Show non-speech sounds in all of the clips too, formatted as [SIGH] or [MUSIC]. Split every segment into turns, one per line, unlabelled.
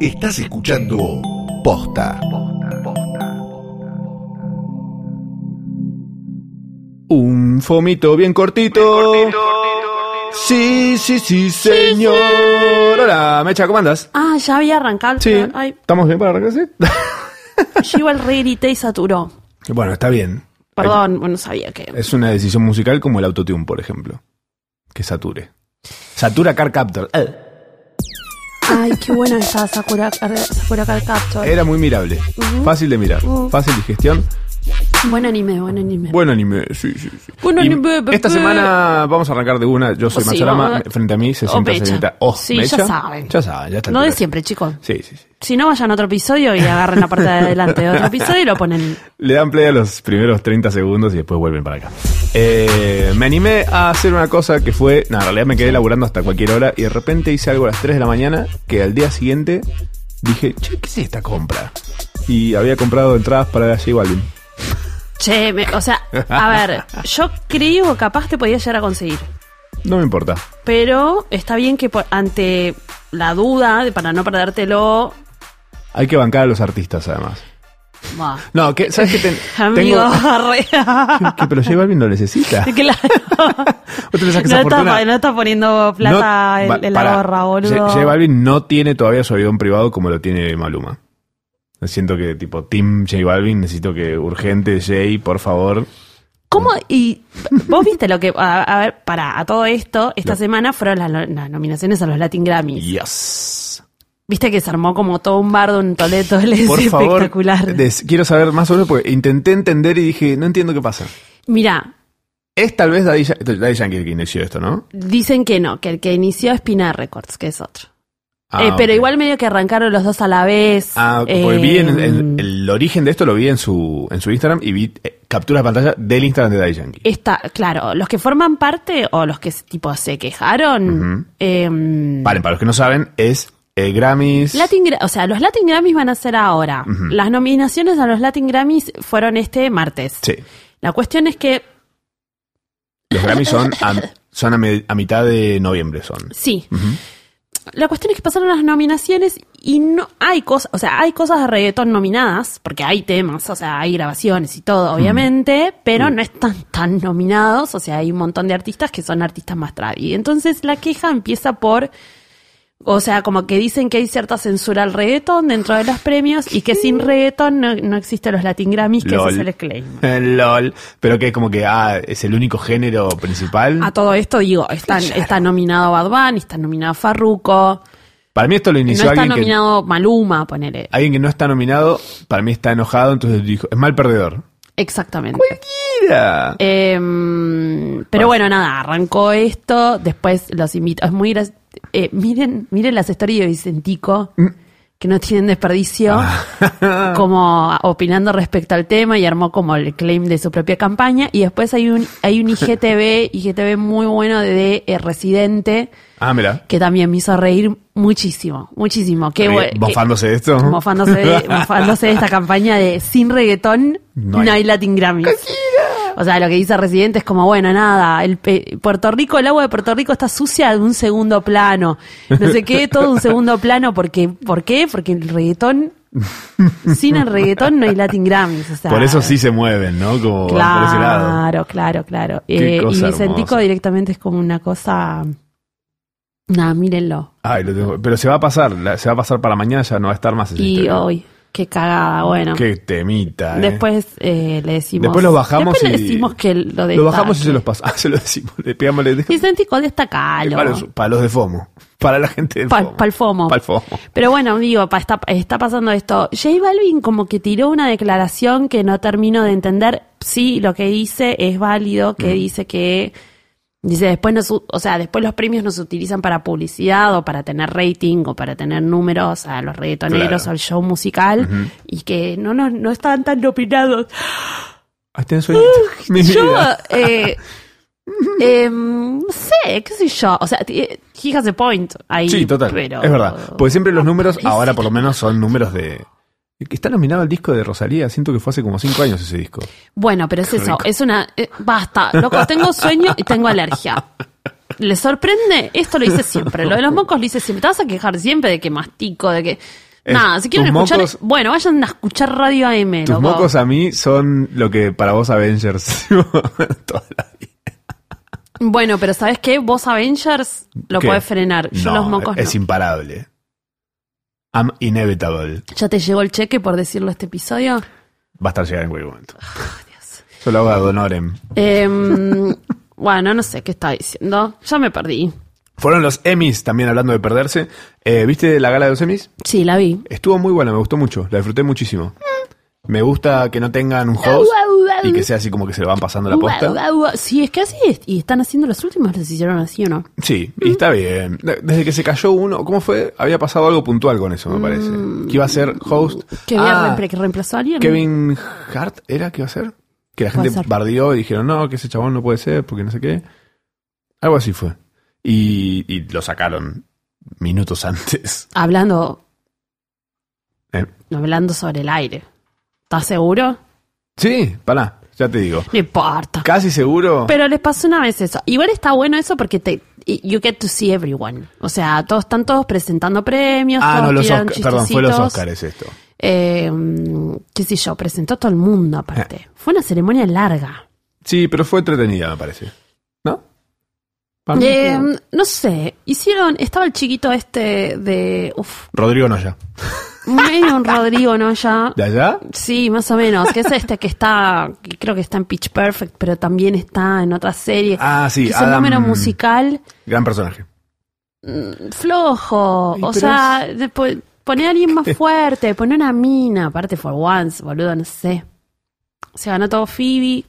Estás escuchando Posta.
Un fomito bien cortito. Sí, sí, sí, señor. Hola, Mecha, ¿cómo andas?
Ah, ya había arrancado.
Sí.
Ah, Ay,
¿Estamos bien para arrancar? Sí. [LAUGHS]
yo igual re grité y saturó.
bueno, está bien.
Perdón, no sabía que.
Es una decisión musical como el autotune, por ejemplo. Que sature. Satura Car Captor. Eh,
Ay, qué buena está Sakura, Sakura Card Captor.
Era muy mirable. Fácil de mirar.
Ujú.
Fácil de gestión.
Buen anime, buen anime.
Buen anime. Sí, sí, sí.
Buen
Y
anime, bebé.
Esta semana vamos a arrancar de una. Yo soy
Sí,
Mazzarama.
vamos a-
Frente a mí se
O
sienta
Mecha.
señorita. Oh,
Sí, ya
Mecha.
saben.
Ya saben, ya está.
no de siempre, chicos.
Sí, sí, sí.
Si no, vayan a otro episodio y agarren la parte de adelante de otro episodio y lo ponen.
Le dan play a los primeros 30 segundos y después vuelven para acá. Eh, me animé a hacer una cosa que fue. Nada, en realidad me quedé laburando hasta cualquier hora y de repente hice algo a las 3 de la mañana que al día siguiente dije, che, ¿qué es esta compra? Y había comprado entradas para ver a J Balvin.
Che, me- o sea, a ver, yo creo que capaz te podía llegar a conseguir.
No me importa.
Pero está bien que por- ante la duda, de- para no perdértelo.
Hay que bancar a los artistas además.
Bah.
No, que, ¿sabes qué? Ten-
[LAUGHS] Amigo, arre.
tengo- que, pero J Balvin lo necesita.
[LAUGHS] claro.
¿Vos te pensás que
no,
[LAUGHS] esa
está,
fortuna-
pa- no está poniendo
No-
plata
va-
en, en
pará.
la gorra, boludo.
J J Balvin no tiene todavía su avión privado como lo tiene Maluma. Siento que, tipo, Team J Balvin, necesito que urgente, J, por favor.
¿Cómo? Y vos viste lo que. A, a ver, para a todo esto, esta semana fueron las, lo- las nominaciones a los Latin Grammys.
Yes.
Viste que se armó como todo un bardo en Toledo, es
Por favor,
espectacular.
des- quiero saber más sobre porque intenté entender y dije, no entiendo qué pasa.
Mira,
Es tal vez Daddy, Ya- Daddy Yankee el que inició esto, ¿no?
dicen que no, que el que inició es Pinar Records, que es otro.
Ah,
Eh, Pero
ok.
igual medio que arrancaron los dos a la vez.
Ah, porque vi en- en-
Em,
el origen de esto lo vi en su, en su Instagram y vi eh, captura de pantalla del Instagram de Daddy Yankee.
Está, claro, los que forman parte o los que tipo se quejaron. em,
Vale, para los que no saben, es eh, Grammys.
Latin, Gra- o sea, los Latin Grammys van a ser ahora.
Ujú.
Las nominaciones a los Latin Grammys fueron este martes.
Sí.
La cuestión es que
Los Grammys son a, son a, me- a mitad de noviembre son.
[LAUGHS] sí.
Ujú.
La cuestión es que pasaron las nominaciones y no hay cosas, o sea, hay cosas de reggaetón nominadas, porque hay temas, o sea, hay grabaciones y todo, obviamente, pero no están tan nominados, o sea, hay un montón de artistas que son artistas más travi. Entonces la queja empieza por O sea, como que dicen que hay cierta censura al reggaetón dentro de los premios y que sin reggaetón no, no existen los Latin Grammys, que
LOL.
ese es el claim.
LOL. Pero que como que ah, es el único género principal.
A todo esto digo, está, está nominado Bad Bunny, está nominado Farruko,
Para mí esto lo inició
no está
alguien que
nominado Maluma, ponele.
alguien que no está nominado, para mí está enojado, entonces dijo, es mal perdedor.
Exactamente.
Mira.
Em, pero bueno, nada, arrancó esto, después los invito. Es muy grac- eh, miren, miren las stories de Vicentico, que no tienen desperdicio, Ah. [LAUGHS] como opinando respecto al tema y armó como el claim de su propia campaña. Y después hay un, hay un [LAUGHS] IGTV, IGTV muy bueno de eh, Residente,
Ah, mira.
que también me hizo reír muchísimo, muchísimo. Qué
Ríe-
bue- qué-
Mofándose de esto.
mofándose
[LAUGHS]
de, mofándose de esta campaña de sin reggaetón
No
no
hay-
hay, Latin Grammys. O sea, lo que dice Residente es como, bueno, nada, el pe- Puerto Rico, el agua de Puerto Rico está sucia de un segundo plano. No sé qué, todo un segundo plano, porque, ¿por qué? Porque el reggaetón, sin el reggaetón no hay Latin Grammys. O sea,
Por eso sí se mueven, ¿no? Como van por ese lado.
Claro, claro, claro.
Qué
Eh, y
cosa
Vicentico
hermosa.
directamente es como una cosa... Nada, mírenlo.
Ay, lo tengo- Pero se va a pasar, la- se va a pasar para mañana, ya no va a estar más esa
Y
historia.
hoy, qué cagada, bueno.
Qué temita. ¿eh?
Después eh, le decimos.
Después los bajamos
Después
y-
le decimos que lo de
Lo bajamos y se los pasamos. [LAUGHS] Ah, se lo decimos. Le pegamos, le dejamos-
Vicentico, destacalo.
Para los, para los de FOMO. Para la gente del
Pa'l-
FOMO.
pa'l FOMO.
Pa'l FOMO.
Pero bueno, digo, pa- está, está pasando esto. J Balvin como que tiró una declaración que no termino de entender. Sí, lo que dice es válido, que dice que... Dice, después nos, u- o sea, después los premios nos utilizan para publicidad o para tener rating o para tener números a los reggaetoneros
Claro.
o al show musical y que no, no, no están tan opinados.
Ay, Ah, tenés sueño. [LAUGHS] Mi
yo,
vida.
eh, em, no sé, qué sé yo. O sea, t- he has a point ahí.
Sí, total.
Pero,
Es verdad. Pues siempre los números,
parece-
ahora por lo menos son números de. Está nominado el disco de Rosalía. Siento que fue hace como cinco años ese disco.
Bueno, pero es eso.
rico.
Es una. eh, basta, loco, tengo sueño y tengo alergia. ¿Le sorprende? Esto lo hice siempre. Lo de los mocos lo hice siempre. Te vas a quejar siempre de que mastico, de que.
Es-
Nada, si quieren
tus
escuchar.
mocos-
bueno, vayan a escuchar Radio AM.
Tus
loco.
mocos a mí son lo que para vos
[LAUGHS]
Avengers. Toda la vida.
Bueno, pero ¿sabes qué? Vos Avengers lo
¿Qué?
podés frenar. Yo
No,
los mocos no.
Es imparable. I'm inevitable.
¿Ya te llegó el cheque por decirlo este episodio?
Va a estar llegar en cualquier momento.
Ah, Dios.
Yo lo hago a Donorem.
Em, [LAUGHS] bueno, no sé qué estaba diciendo. Ya me perdí.
Fueron los Emmys también hablando de perderse. Eh, ¿Viste la gala de los Emmys?
Sí, la vi.
Estuvo muy buena, me gustó mucho, la disfruté muchísimo.
Mm.
Me gusta que no tengan un host y que sea así como que se lo van pasando la posta.
Guau, guau, guau. Sí, es que así es. Y están haciendo los últimos, los hicieron así o no.
Sí, y está bien. Desde que se cayó uno, ¿cómo fue? Había pasado algo puntual con eso, me parece. Que iba a ser host.
Mm. Que había
Ah,
reemple- que reemplazó a alguien.
Kevin Hart, ¿era que iba a ser? Que la gente
Puede ser.
bardeó y dijeron, no, que ese chabón no puede ser porque no sé qué. Algo así fue. Y, y lo sacaron minutos [LAUGHS] antes.
Hablando,
Eh,
hablando sobre el aire. ¿Estás seguro?
Sí, pará, ya te digo.
No importa.
Casi seguro.
Pero les pasó una vez eso. Igual está bueno eso porque te you get to see everyone. O sea, todos están todos presentando premios.
Ah,
todos
no, los
tiraron
Oscars. Perdón, fue los
chistecitos.
Oscars esto.
Eh, mm, qué sé yo, presentó todo el mundo aparte.
Eh.
Fue una ceremonia larga.
Sí, pero fue entretenida, me parece. ¿No?
Eh, no sé, hicieron, estaba el chiquito este de, uf,
Rodrigo Noya.
medio un Rodrigo, ¿no? Ya.
¿De allá?
Sí, más o menos, que es este que está, que creo que está en Pitch Perfect, pero también está en otra serie.
Ah, sí,
Que Es
Adam-
un número musical
Gran personaje.
flojo.
Ay,
O
pero
sea, de- po- poné a alguien más fuerte, poné una mina, aparte for once, boludo, no sé. Se ganó todo Phoebe.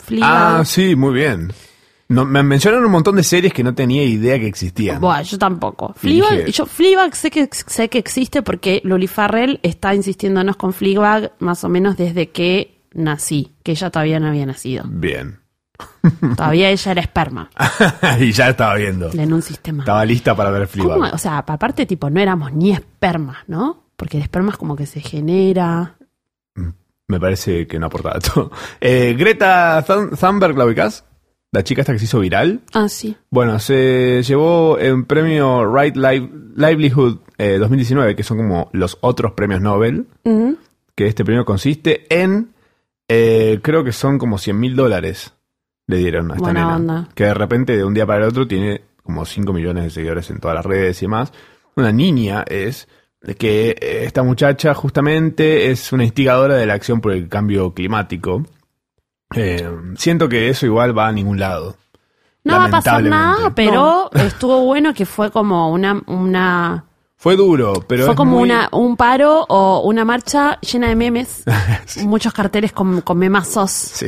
Fleabag.
Ah, sí, muy bien. No, me mencionaron un montón de series que no tenía idea que existían.
Buah, yo tampoco.
Y dije-
Fleabag, yo Fleabag sé que sé que existe porque Loli Farrell está insistiéndonos con Fleabag más o menos desde que nací, que ella todavía no
[LAUGHS]
había nacido.
Bien.
Todavía ella era esperma
y ya estaba viendo.
en un
Ah,
sistema.
Estaba lista para ver
¿Cómo?
Fleabag.
O sea, aparte tipo no éramos ni esperma, ¿no? Porque el esperma es como que se genera.
Me parece que no aportaba todo. Eh, Greta Thun- Thunberg, ¿la ubicás? La chica esta que se hizo viral.
Ah, sí.
Bueno, se llevó el premio Right Live- Livelihood eh, 2019, que son como los otros premios Nobel.
Mm.
que este premio consiste en, eh, creo que son como 100 mil dólares le dieron a esta
Buena
nena.
onda.
Que de repente, de un día para el otro, tiene como 5 millones de seguidores en todas las redes y demás. Una niña es de que eh, esta muchacha justamente es una instigadora de la acción por el cambio climático. Eh, siento que eso igual va a ningún lado.
No va a pasar nada,
Lamentablemente.
pero estuvo bueno que fue como una, una
Fue duro, pero
fue
es
como
muy-
una, un paro o una marcha llena de memes, muchos carteles con, con memazos.
[LAUGHS] Sí.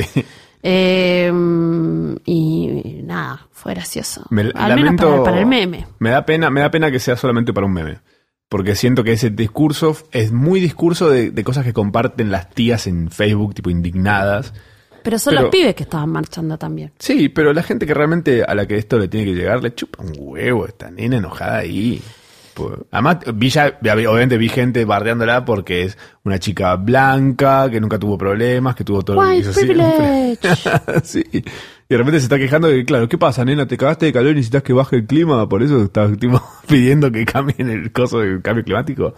Eh, y nada, fue gracioso.
Me-
Al menos
lamento-
para, para el meme.
Me da pena, me da pena que sea solamente para un meme. Porque siento que ese discurso f- es muy discurso de, de cosas que comparten las tías en Facebook, tipo indignadas.
Pero son
Pero-
los pibes que estaban marchando también.
Sí, pero la gente que realmente a la que esto le tiene que llegar le chupa un huevo, esta nena enojada ahí. Po- Además, vi ya- obviamente vi gente bardeándola porque es una chica blanca, que nunca tuvo problemas, que tuvo todo lo que
White
hizo siempre.
privilege.
[LAUGHS] sí. Y de repente se está quejando de que, claro, ¿qué pasa, nena? ¿Te cagaste de calor y necesitas que baje el clima? Por eso estás tipo, [LAUGHS] pidiendo que cambien el coso del cambio climático.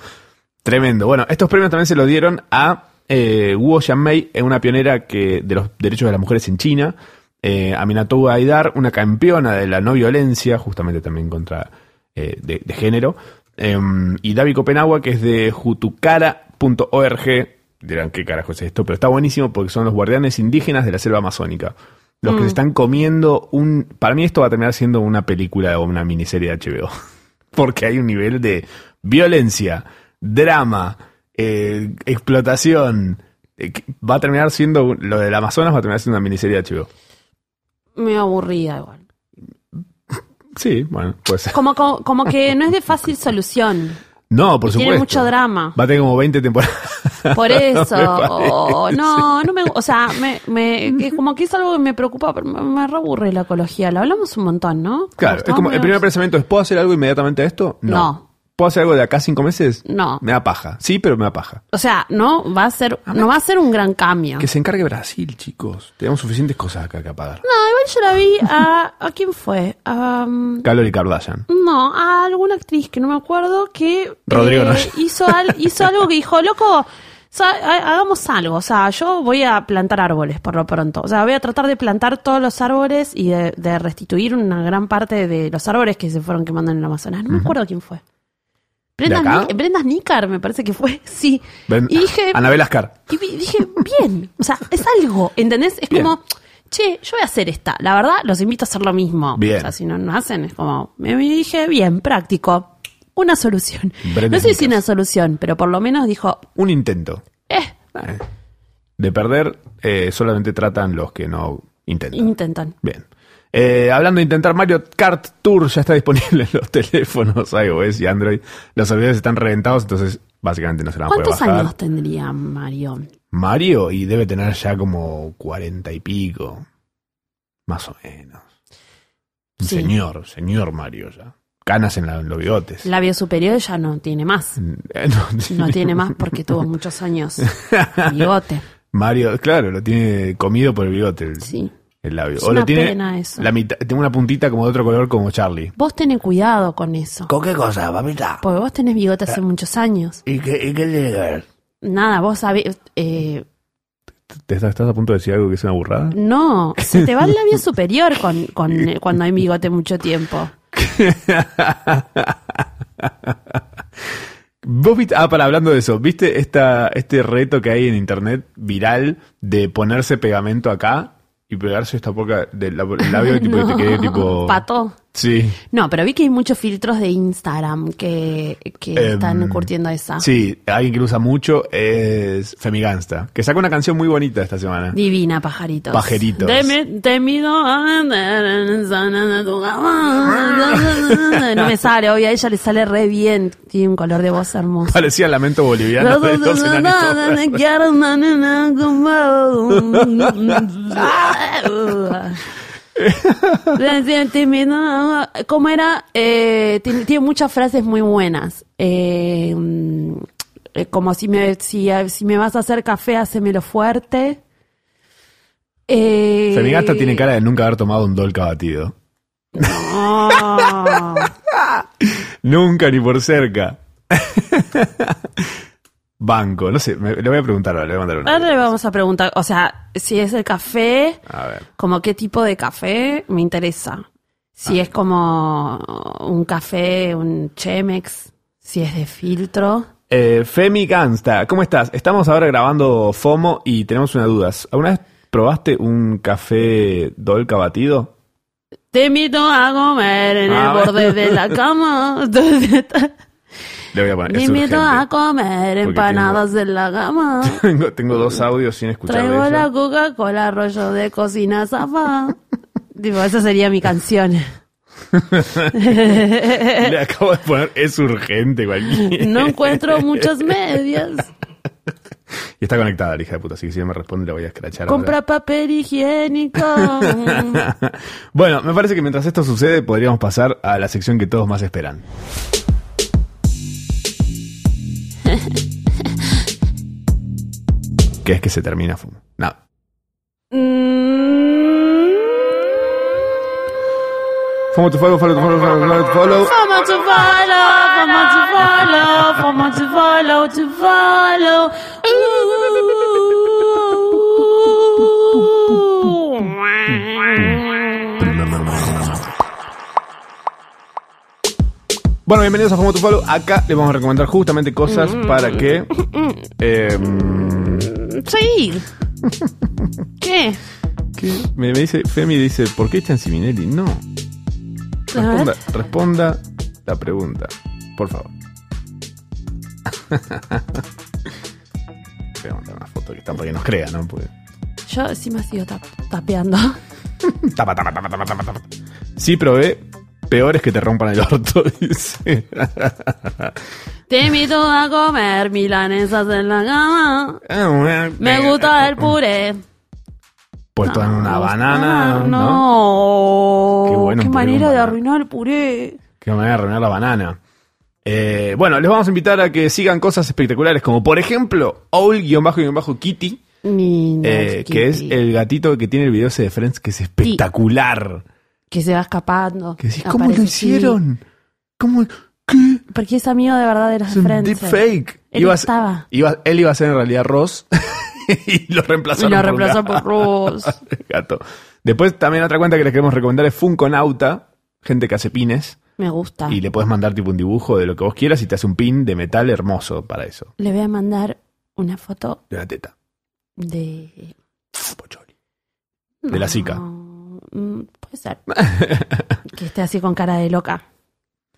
Tremendo. Bueno, estos premios también se los dieron a eh, Wu Yanmei, eh, una pionera que, de los derechos de las mujeres en China. Eh, a Minato Aidar, una campeona de la no violencia, justamente también contra eh, de, de género. Em, y David Copenagua, que es de jutucara.org. Dirán, ¿qué carajo es esto? Pero está buenísimo porque son los guardianes indígenas de la selva amazónica. Los que se están comiendo un... Para mí esto va a terminar siendo una película o una miniserie de HBO porque hay un nivel de violencia, drama, eh, explotación. eh, que va a terminar siendo, un- lo del Amazonas va a terminar siendo una miniserie de HBO.
Me aburría igual.
Sí, bueno, pues.
Como, como, como que no es de fácil solución.
No, por supuesto.
Tiene mucho drama.
Va a tener como 20 temporadas. [LAUGHS]
Por eso,
Me parece,
oh, no, no me, o sea, me, me, que como que es algo que me preocupa, pero me, me re aburre la ecología. Lo hablamos un montón, ¿no?
Claro, es como el primer pensamiento es: ¿puedo hacer algo inmediatamente a esto? No.
No.
¿Puedo hacer algo de acá a cinco meses?
No.
Me da paja. Sí, pero me da paja.
O sea, no va a ser, no va a ser un gran cambio.
Que se encargue Brasil, chicos. Tenemos suficientes cosas acá que pagar.
No, igual yo la vi a. ¿A quién fue? A, um,
Calor y Kardashian.
no, a alguna actriz que no me acuerdo que. eh,
Rodrigo Noya.
hizo, al- hizo algo que dijo, loco, o sea, ha- hagamos algo. O sea, yo voy a plantar árboles por lo pronto. O sea, voy a tratar de plantar todos los árboles y de, de restituir una gran parte de los árboles que se fueron quemando en el Amazonas. No me acuerdo quién fue. Brenda,
acá?
Ni- Brenda Nícar, me parece que fue. [LAUGHS] Sí.
Ven-
y dije.
Anabel Ascar.
Y vi- dije, bien, o sea, es algo, ¿entendés? Es
Bien.
como, che, yo voy a hacer esta. La verdad, los invito a hacer lo mismo.
Bien.
O sea, si no, no hacen, es como, me me dije, bien, práctico. Una solución.
Brenda
no sé si
Snickers.
una solución, pero por lo menos dijo,
Un intento.
eh,
Eh. De perder, eh, solamente tratan los que no intentan.
intentan.
Bien. Eh, hablando de intentar, Mario Kart Tour ya está disponible en los [LAUGHS] teléfonos iOS y Android. Los servidores están reventados, entonces básicamente no se la van a poder
¿Cuántos
bajar.
años tendría Mario?
Mario, y debe tener ya como cuarenta y pico. Más o menos. Un
Sí.
Señor, señor Mario ya. Canas en, la- en los bigotes.
Labio superior ya no tiene más.
[LAUGHS] Eh, no,
No
[LAUGHS]
tiene más porque tuvo muchos años. Bigote.
Mario, claro, lo tiene comido por el bigote. el-
Sí.
El labio.
Es
o lo
una
tiene
pena eso.
La mitad, tengo una puntita como de otro color como Charlie.
Vos tenés cuidado con eso.
¿Con qué cosa, papita?
Porque vos tenés bigote
Ah.
hace muchos años.
¿Y qué, y qué tiene que ver?
Nada, vos sabés. Eh,
¿Te estás, estás a punto de decir algo que es una burrada?
No, se te va el
[LAUGHS]
labio superior con, con, eh, cuando hay bigote mucho tiempo.
Vos viste, ah, para hablando de eso, ¿viste esta, este reto que hay en internet viral de ponerse pegamento acá y pegarse esta poca del lab- el labio tipo, y te quede tipo.
[LAUGHS] Pato.
Sí.
No, pero vi que hay muchos filtros de Instagram que, que están
Em,
curtiendo esa.
Sí, alguien que lo usa mucho es Femigansta, que sacó una canción muy bonita esta semana.
Divina, pajaritos.
Pajaritos.
Deme- temido- ah, No me sale, obvio, a ella le sale re bien. Tiene un color de voz hermoso.
Parecía Lamento Boliviano de dos enanitos. [LAUGHS]
¿Cómo era? Eh, tiene, tiene muchas frases muy buenas. Eh, mm, eh, como si me, si, si me vas a hacer café, hacémelo fuerte. Eh,
Femigasta tiene cara de nunca haber tomado un dolca batido.
no.
Nunca ni por
[LAUGHS]
cerca. Banco, no sé, me- le voy a preguntar, ahora, le voy a mandar una.
Ahora le vamos a preguntar, o sea, si es el café,
A ver.
como qué tipo de café me interesa. Si
Ah.
es como un café, un Chemex, si es de filtro.
Eh, Femi Gansta, ¿cómo estás? Estamos ahora grabando FOMO y tenemos una duda. ¿Alguna vez probaste un café Dolca batido?
Te invito a comer en
Ah,
el
bueno.
borde
[LAUGHS]
de la cama. [LAUGHS]
Le voy a poner.
Te
es [LAUGHS]
invito a
urgente.
comer empanadas en la cama.
[LAUGHS] tengo, tengo dos audios sin escuchar. de
Traigo la
ella.
Coca-Cola, rollo de cocina, zafá. Digo, esa sería mi canción.
[LAUGHS] Le acabo de poner, es urgente cualquier.
No encuentro
[LAUGHS]
muchas medias.
Y está conectada la hija de puta, así que si no me responde la voy a escrachar. ahora.
Compra
[LAUGHS]
papel higiénico.
Bueno, me parece que mientras esto sucede podríamos pasar a la sección que todos más esperan. que es que se termina fumo. No.
Mm.
Fumo tu follow, follow, tu follow, follow, follow, tu follow.
Fama to follow, fama to follow, fama to follow, to follow.
Bueno, bienvenidos a Fumo tu follow. Acá les vamos a recomendar justamente cosas para que... em,
Sí. ¿Qué?
¿qué? Me, me dice, Femi dice, ¿por qué Chan Siminelli? No.
A ver.
Responda, responda la pregunta, por
[LAUGHS]
favor. Voy a mandar una foto que está para que nos crea, ¿no? Porque-
Yo encima sigo tap- tapeando.
Tapa, tapa, tapa, tapa, tapa, tapa. Sí probé peores que te rompan el orto, [LAUGHS] dice.
Te invito a comer milanesas en la cama. Me gusta el puré.
Eh, Puesto en una
Ah,
banana,
ah,
¿no?
No.
Qué
Qué,
bueno un puré con
manera de
banana.
arruinar el puré.
Que me voy a arruinar la banana. Eh, bueno, les vamos a invitar a que sigan cosas espectaculares, como por ejemplo, Owl-Kitty,
Mi
eh,
Natsuki,
que es el gatito que tiene el video ese de Friends, que es espectacular.
que se va escapando.
Que decís, ¿cómo lo
Aparece, sí.
hicieron? ¿Cómo? ¿Qué?
Porque es amigo de verdad de los
Es un
Ah, Friends. eh.
deepfake.
Él
Iba a-
estaba.
iba- él iba a ser en realidad Ross [LAUGHS] y lo
Y
reemplazaron
lo
por un
reemplazó
gato.
por
[LAUGHS]
Ross.
Gato. Después también otra cuenta que les queremos recomendar es Funkonauta, gente que hace pines
Me gusta.
y le puedes mandar tipo un dibujo de lo que vos quieras y te hace un pin de metal hermoso para eso,
Le voy a mandar una foto
de la teta,
de.
pocholi. De la Zika.
No, mm,
[LAUGHS]
Puede ser. que esté así con cara de loca.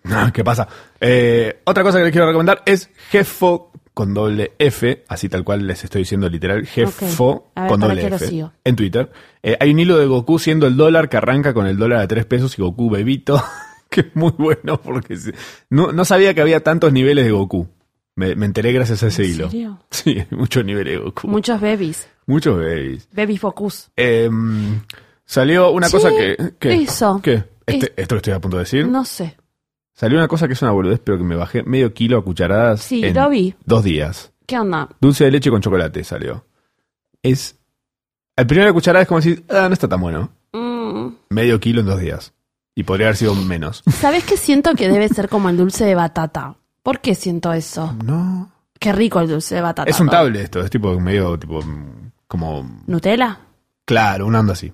Ah, [LAUGHS] ¿Qué pasa? Eh, otra cosa que les quiero recomendar es Jefo con doble F, así tal cual les estoy diciendo literal, Jefo
Ok. A ver,
con
¿para
doble
qué lo
F
sigo?
en Twitter. Eh, hay un hilo de Goku siendo el dólar que arranca con el dólar a tres pesos y Goku bebito, [LAUGHS] que es muy bueno porque se- no, no sabía que había tantos niveles de Goku. Me, me enteré gracias a ese
¿En
hilo.
serio?
Sí, hay muchos niveles de Goku.
Muchos babies.
Muchos babies.
Baby focus.
Em, salió una
Sí,
cosa que... que
eso.
¿Qué? Este- ¿Esto que estoy a punto de decir?
No sé.
Salió una cosa que es una boludez, pero que me bajé medio kilo a cucharadas
Sí,
en
lo vi.
dos días.
¿Qué onda?
Dulce de leche con chocolate salió. Es... Al primero de cucharada es como decir, ah, no está tan bueno.
Mm.
Medio kilo en dos días. Y podría haber sido menos.
¿Sabes qué siento que debe ser como el dulce de batata? ¿Por qué siento eso?
No.
Qué rico el dulce de batata.
Es un
¿no?
table esto, es tipo medio, tipo, mm, como...
¿Nutella?
Claro, una onda así.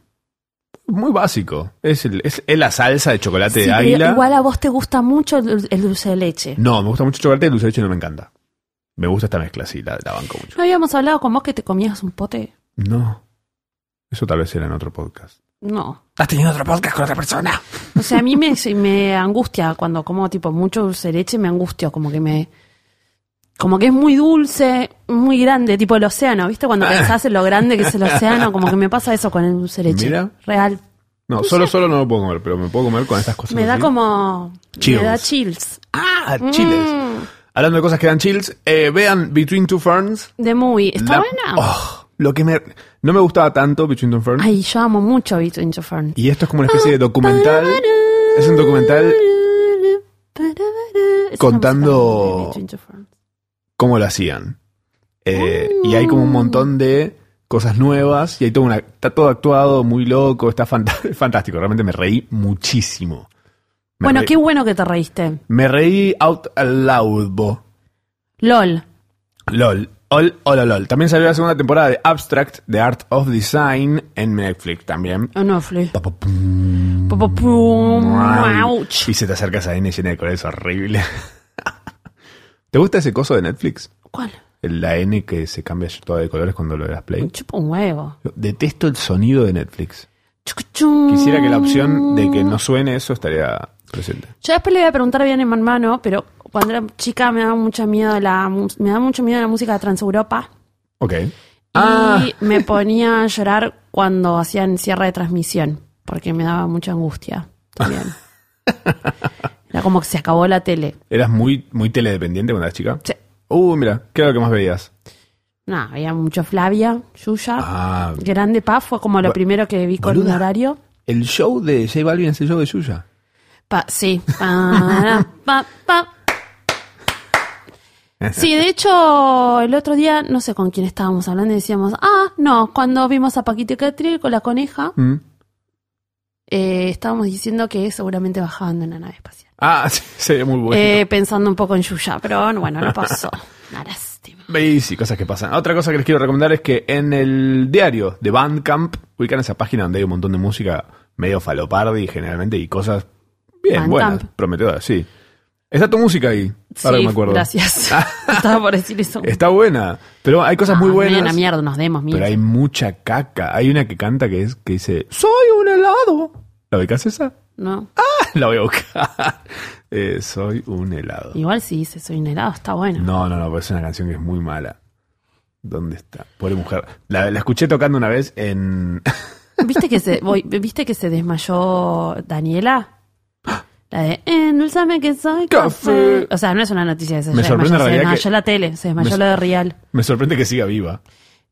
Muy básico. Es, el- es, es la salsa de chocolate
Sí,
de
pero
águila.
Igual a vos te gusta mucho el dul- el dulce de leche.
No, me gusta mucho el chocolate, el dulce de leche no me encanta. Me gusta esta mezcla, sí, la, la banco mucho.
¿No habíamos hablado con vos que te comías un pote?
No. Eso tal vez era en otro podcast.
No.
¿Estás teniendo otro podcast con otra persona?
O sea, a mí me, [LAUGHS] me angustia cuando como tipo mucho dulce de leche, me angustio, como que me... Como que es muy dulce, muy grande, tipo el océano, ¿viste? Cuando
Ah.
pensás en lo grande que es
[LAUGHS]
el océano, como que me pasa eso con el dulce de leche.
Mira.
Real.
No, solo, solo no lo puedo comer, pero me puedo comer con estas cosas.
Pues Me da
así.
como...
Chills.
Me da chills.
¡Ah! Chiles.
Mm.
Hablando de cosas que dan chills, eh, vean Between Two Ferns.
De muy... ¿Está
La-
buena?
Oh, lo que me... No me gustaba tanto Between Two Ferns.
Ay, Ah, yo amo mucho Between Two Ferns.
Y esto es como una especie de documental. Es un documental
Es una
contando-
música de Between Two Ferns.
cómo lo hacían. Eh, Y hay
Mm.
como un montón de cosas nuevas y hay todo una, está todo actuado, muy loco, está fanta- [LAUGHS] fantástico. Realmente me reí muchísimo. Me
Bueno,
reí-
qué bueno que te reíste.
Me reí out loud, bo.
LOL.
LOL. Ol, ol, ol, ol. También salió la segunda temporada de Abstract, The Art of Design, en Netflix también.
Oh, no, Fli.
Pa, pa, pum,
Pa, pa, pum,
wow.
ouch.
Y se te acercas a N llena de colores horrible. [LAUGHS] ¿Te gusta ese coso de Netflix?
¿Cuál?
La N que se cambia toda de colores cuando lo das play.
Me chupa un huevo.
Detesto el sonido de Netflix.
Chucuchum.
Quisiera que la opción de que no suene eso estaría presente.
Yo después le voy a preguntar bien en mi hermano, pero cuando era chica me daba mucho miedo la mu- me daba mucho miedo la música de Transeuropa
Ok.
y
Ah.
me ponía a llorar cuando hacían cierre de transmisión, porque me daba mucha angustia
[LAUGHS]
también. Era como que se acabó la tele.
¿Eras muy, muy teledependiente cuando eras chica?
Sí.
Uh, mira, ¿qué era lo que más veías?
Nada, había mucho Flavia, Yuya.
Ah,
Grande Pa fue como lo primero que vi con
Boluda.
un horario.
el show de J Balvin es el show de Yuya.
Pa, sí. Pa, pa,
[LAUGHS]
pa. Sí, de hecho, el otro día, no sé con quién estábamos hablando, y decíamos, ah, no, cuando vimos a Paquito y Catriel con la coneja,
Mm.
eh, estábamos diciendo que seguramente bajaban de una nave espacial.
Ah, [LAUGHS] sí, sería muy bueno.
Eh, pensando un poco en Yuya, pero bueno, no pasó.
[LAUGHS]
Una lástima.
Y sí, cosas que pasan. Otra cosa que les quiero recomendar es que en el diario de Bandcamp, ubican esa página donde hay un montón de música medio falopardi generalmente y cosas bien
Bandcamp.
buenas, prometedoras, sí. Está tu música ahí, ahora que
sí,
me acuerdo. [LAUGHS]
gracias. Estaba por decir eso.
Está buena, pero hay cosas muy
Ah,
buenas.
Una mierda, nos demos,
Pero
mierda.
hay mucha caca. Hay una que canta que es que dice, soy un helado. ¿La ubicas esa? [LAUGHS]
No.
La voy a buscar. Eh, soy un helado.
Igual si dice soy un helado, está bueno.
No, no, no, pero es una canción que es muy mala. ¿Dónde está? Pobre mujer. La, la escuché tocando una vez en. [LAUGHS]
¿Viste que se, voy- ¿Viste que se desmayó Daniela? La de Endulzame que soy
Café.
café. O sea, no es una noticia que se
Me
desmayó,
sorprende en
se
realidad
desmayó
que-
la tele, se desmayó
Me-
lo de Real.
Me sorprende que siga viva.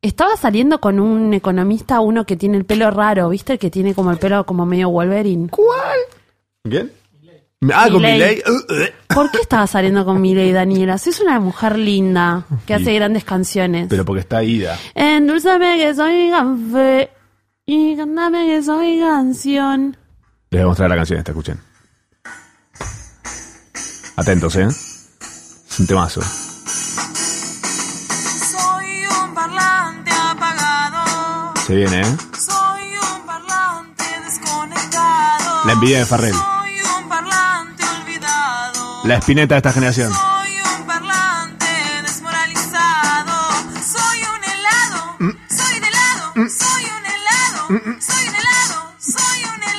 Estaba saliendo con un economista, uno que tiene el pelo raro, ¿viste? El que tiene como el pelo como medio Wolverine.
¿Cuál? ¿Quién? Ah, con uh. mi
Milei.
ley.
¿Por qué estaba saliendo con Miley Daniela? Si es una mujer linda que hace
Y-
grandes canciones.
Pero porque está ida.
Endulzame que soy café y cantame que soy canción.
Les voy a mostrar la canción esta, escuchen. Atentos, ¿eh? Es un temazo.
Soy un parlante apagado.
Se viene, ¿eh?
Soy un parlante desconectado.
La envidia de Farrell.
Soy un parlante olvidado.
La espineta de esta generación.
Soy un parlante desmoralizado. Soy un helado.
Mm.
Soy de helado. Soy un helado. Soy un helado. Soy un helado.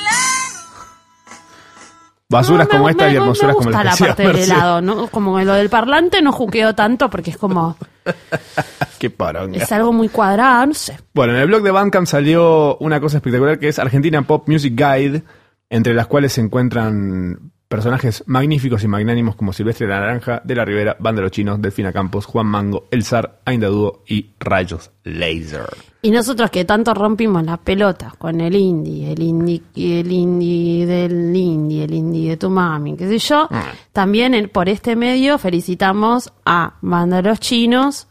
Basuras
No, me-
como esta
me-
y
me-
hermosuras
me
como la
gusta la
que hacía
parte del
Mercedes.
helado, ¿no? Como lo del parlante no juqueo tanto porque
[LAUGHS]
es como.
[LAUGHS] Qué parón.
Es algo muy cuadrado, no sé.
Bueno, en el blog de Bandcamp salió una cosa espectacular que es Argentina Pop Music Guide, entre las cuales se encuentran personajes magníficos y magnánimos como Silvestre La Naranja, De La Rivera, Banda de los Chinos, Delfina Campos, Juan Mango, El Zar, Ainda Dúo y Rayos Laser.
Y nosotros que tanto rompimos las pelotas con el indie, el indie, el indie del indie, el indie de tu mami, qué sé yo, también en- por este medio felicitamos a Banda de los Chinos,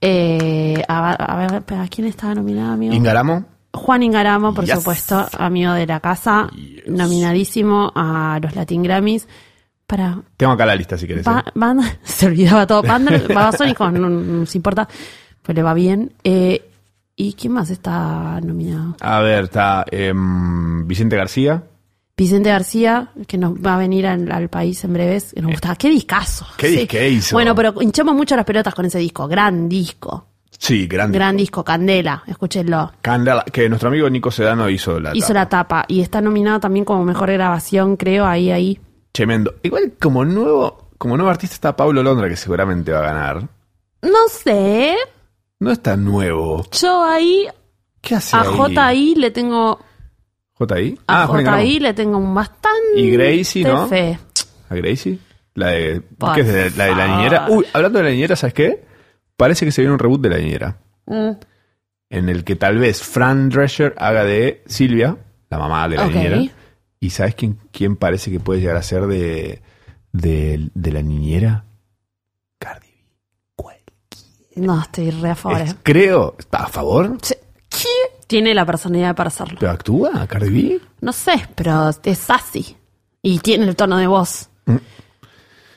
eh, a, ver- a ver, espera, ¿quién estaba nominado, amigo?
Ingaramo,
Juan Ingaramo, por
Yes.
supuesto, amigo de la casa, nominadísimo a los Latin Grammys. Para
tengo acá la lista si querés.
Ba-
¿eh?
banda- [LAUGHS] se olvidaba
[LAUGHS]
todo. Banda, Babasónicos, no nos importa, pues le va bien. Eh, ¿Y quién más está nominado?
A ver, está em, Vicente García.
Vicente García, que nos va a venir al, al país en breves, que nos gustaba. ¡Qué discazo!
Eh, ¿Qué disque hizo?
Bueno, pero hinchamos mucho las pelotas con ese disco. Gran disco.
Sí, grande.
Gran disco. Candela, escúchenlo.
Candela, que nuestro amigo Nico Sedano hizo la
Hizo
tapa.
la tapa y está nominado también como mejor grabación, creo, ahí, ahí.
Tremendo. Igual como nuevo, como nuevo artista está Pablo Londra, que seguramente va a ganar.
No sé,
No es tan nuevo.
yo ahí
¿Qué hace
a
ahí?
JI le tengo
¿J.I.?
a
Ah, Juan Ingaramo.
JI le tengo un bastante
Y Gracie, ¿no?
fe.
¿A Gracie? La de,
Por
¿qué es de- la de la
favor.
niñera. Uy, hablando de la niñera, ¿sabes qué? Parece que se viene un reboot de la niñera.
Mm.
En el que tal vez Fran Drescher haga de Silvia, la mamá de la
Ok.
niñera. ¿Y sabes quién, quién parece que puede llegar a ser de, de, de la niñera? Cardi B.
No, estoy re a favor.
Es- creo. ¿Está a favor?
Sí. ¿Qué? Tiene la personalidad para hacerlo.
¿Pero actúa Cardi B?
No sé, pero es así. Y tiene el tono de voz.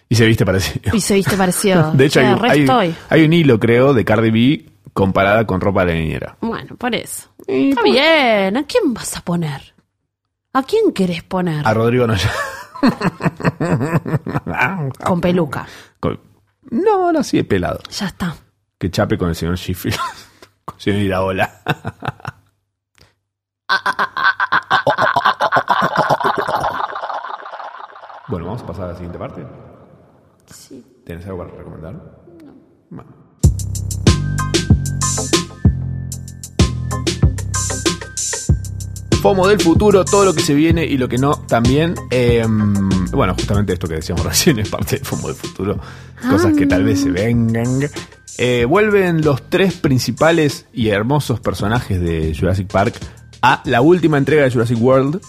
Y se viste parecido.
Y se viste parecido.
[LAUGHS] De hecho,
O sea,
hay,
re
un- hay un-
estoy.
hay un hilo, creo, de Cardi B comparada con ropa de la niñera.
Bueno, por eso. Está bien. ¿A quién vas a poner? ¿A quién querés poner?
A Rodrigo Noya.
Con peluca.
Con- No, no, sí, pelado.
Ya está.
Que chape con el señor Sheffield. [LAUGHS] con el señor Iraola. [LAUGHS] bueno, vamos a pasar a la siguiente parte.
Sí.
¿Tienes algo para recomendar? No. FOMO del futuro, todo lo que se viene y lo que no también. Eh, bueno, justamente esto que decíamos [LAUGHS] recién es parte de FOMO del futuro. Cosas que tal vez se vengan. Eh, vuelven los tres principales y hermosos personajes de Jurassic Park a la última entrega de Jurassic World.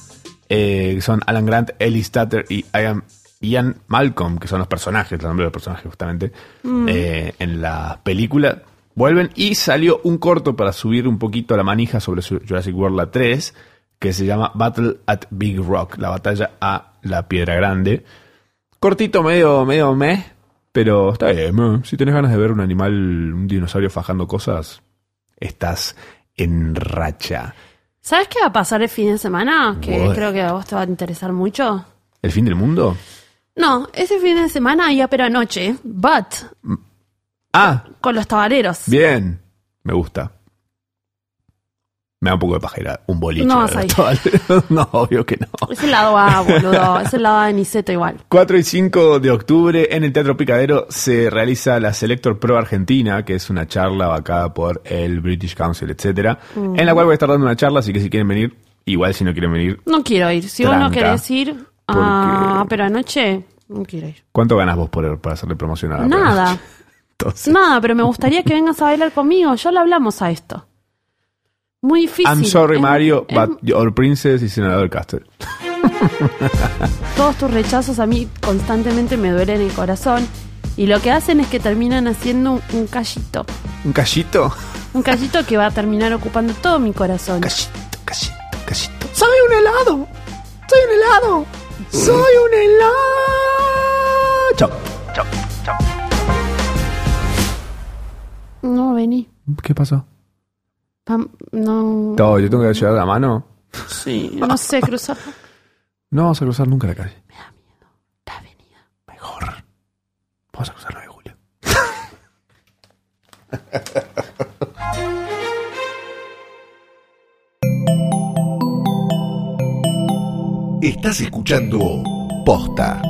eh, que son Alan Grant, Ellie Statter y Ian, Ian Malcolm, que son los personajes, los nombres de los personajes justamente, eh, en la película. Vuelven y salió un corto para subir un poquito la manija sobre su- Jurassic World la 3, que se llama Battle at Big Rock, la batalla a la piedra grande. Cortito, medio, medio mes, pero está bien. meh. Si tenés ganas de ver un animal, un dinosaurio fajando cosas, estás en racha.
¿Sabes qué va a pasar el fin de semana? Que
Bueno.
creo que a vos te va a interesar mucho.
¿El fin del mundo?
No, ese fin de semana ya pero anoche. But,
Ah,
con los tabareros.
Bien, me gusta. Me da un poco de pajera, un boliche.
No
la
vas
verdad.
ahí.
[LAUGHS] Todavía- no, obvio que no.
Es el lado A, boludo. Es el lado A de Niceto igual.
4 y 5 de octubre en el Teatro Picadero se realiza la Selector Pro Argentina, que es una charla vacada por el British Council, etcétera,
Mm.
en la cual voy a estar dando una charla, así que si quieren venir, igual si no quieren venir,
No quiero ir. Si vos no
Tranca.
querés ir a pero anoche, no quiero ir.
¿cuánto ganas vos por para hacerle promoción a la
Nada,
Peranoche? [LAUGHS] Entonces,
nada, pero me gustaría que vengas a bailar conmigo. Ya lo hablamos a esto. Muy difícil.
I'm sorry
Es- em-
Mario,
es-
but your princess is another castle. [LAUGHS]
Todos tus rechazos a mí constantemente me duelen el corazón. Y lo que hacen es que terminan haciendo un, un callito.
¿Un callito?
Un callito que va a terminar ocupando todo mi corazón.
Callito, callito, callito. ¡Soy un helado! ¡Soy un helado!
Mm.
¡Soy un helado! Chao. Chao. Chao.
No, vení.
¿Qué pasó?
Pam, no.
No, yo tengo que llevar la mano.
Sí. No sé, cruzar.
No vamos a cruzar nunca la calle.
Me da miedo. La avenida.
Mejor. Vamos a cruzar la de Julio.
Estás escuchando Posta.